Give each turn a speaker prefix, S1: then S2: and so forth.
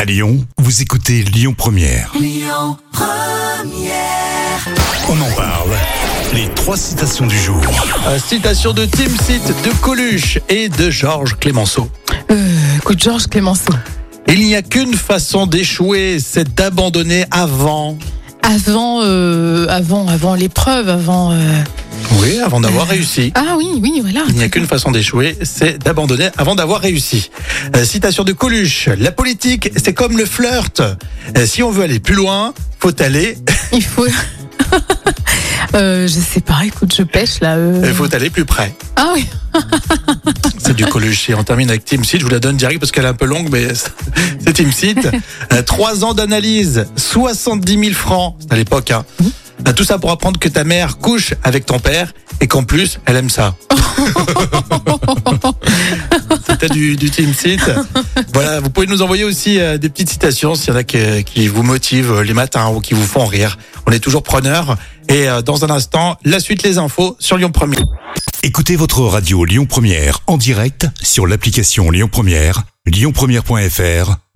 S1: À Lyon, vous écoutez Lyon Première. On en parle. Les trois citations du jour.
S2: Euh, Citation de Tim Sit, de Coluche et de Georges Clémenceau.
S3: Euh, écoute, Georges Clémenceau.
S2: Il n'y a qu'une façon d'échouer, c'est d'abandonner avant.
S3: Avant, euh, avant, avant l'épreuve, avant. euh,
S2: Oui, avant d'avoir réussi.
S3: Ah oui, oui, voilà.
S2: Il n'y a qu'une façon d'échouer, c'est d'abandonner avant d'avoir réussi. Euh, citation de Coluche. La politique, c'est comme le flirt. Euh, si on veut aller plus loin, faut aller,
S3: Il faut. euh, je sais pas. Écoute, je pêche là. euh.
S2: euh, faut aller plus près.
S3: Ah oui.
S2: C'est du Coluche. Et on termine avec Team Seed. Je vous la donne direct parce qu'elle est un peu longue, mais c'est Team Seed. Euh, Trois ans d'analyse, 70 000 francs. C'est à l'époque, hein. Euh, Tout ça pour apprendre que ta mère couche avec ton père et qu'en plus, elle aime ça. C'était du, du Team Seed. Voilà, vous pouvez nous envoyer aussi euh, des petites citations s'il y en a qui, qui vous motivent euh, les matins ou qui vous font rire. On est toujours preneurs. Et euh, dans un instant, la suite, les infos sur Lyon 1
S1: Écoutez votre radio Lyon Première en direct sur l'application Lyon Première, lyonpremière.fr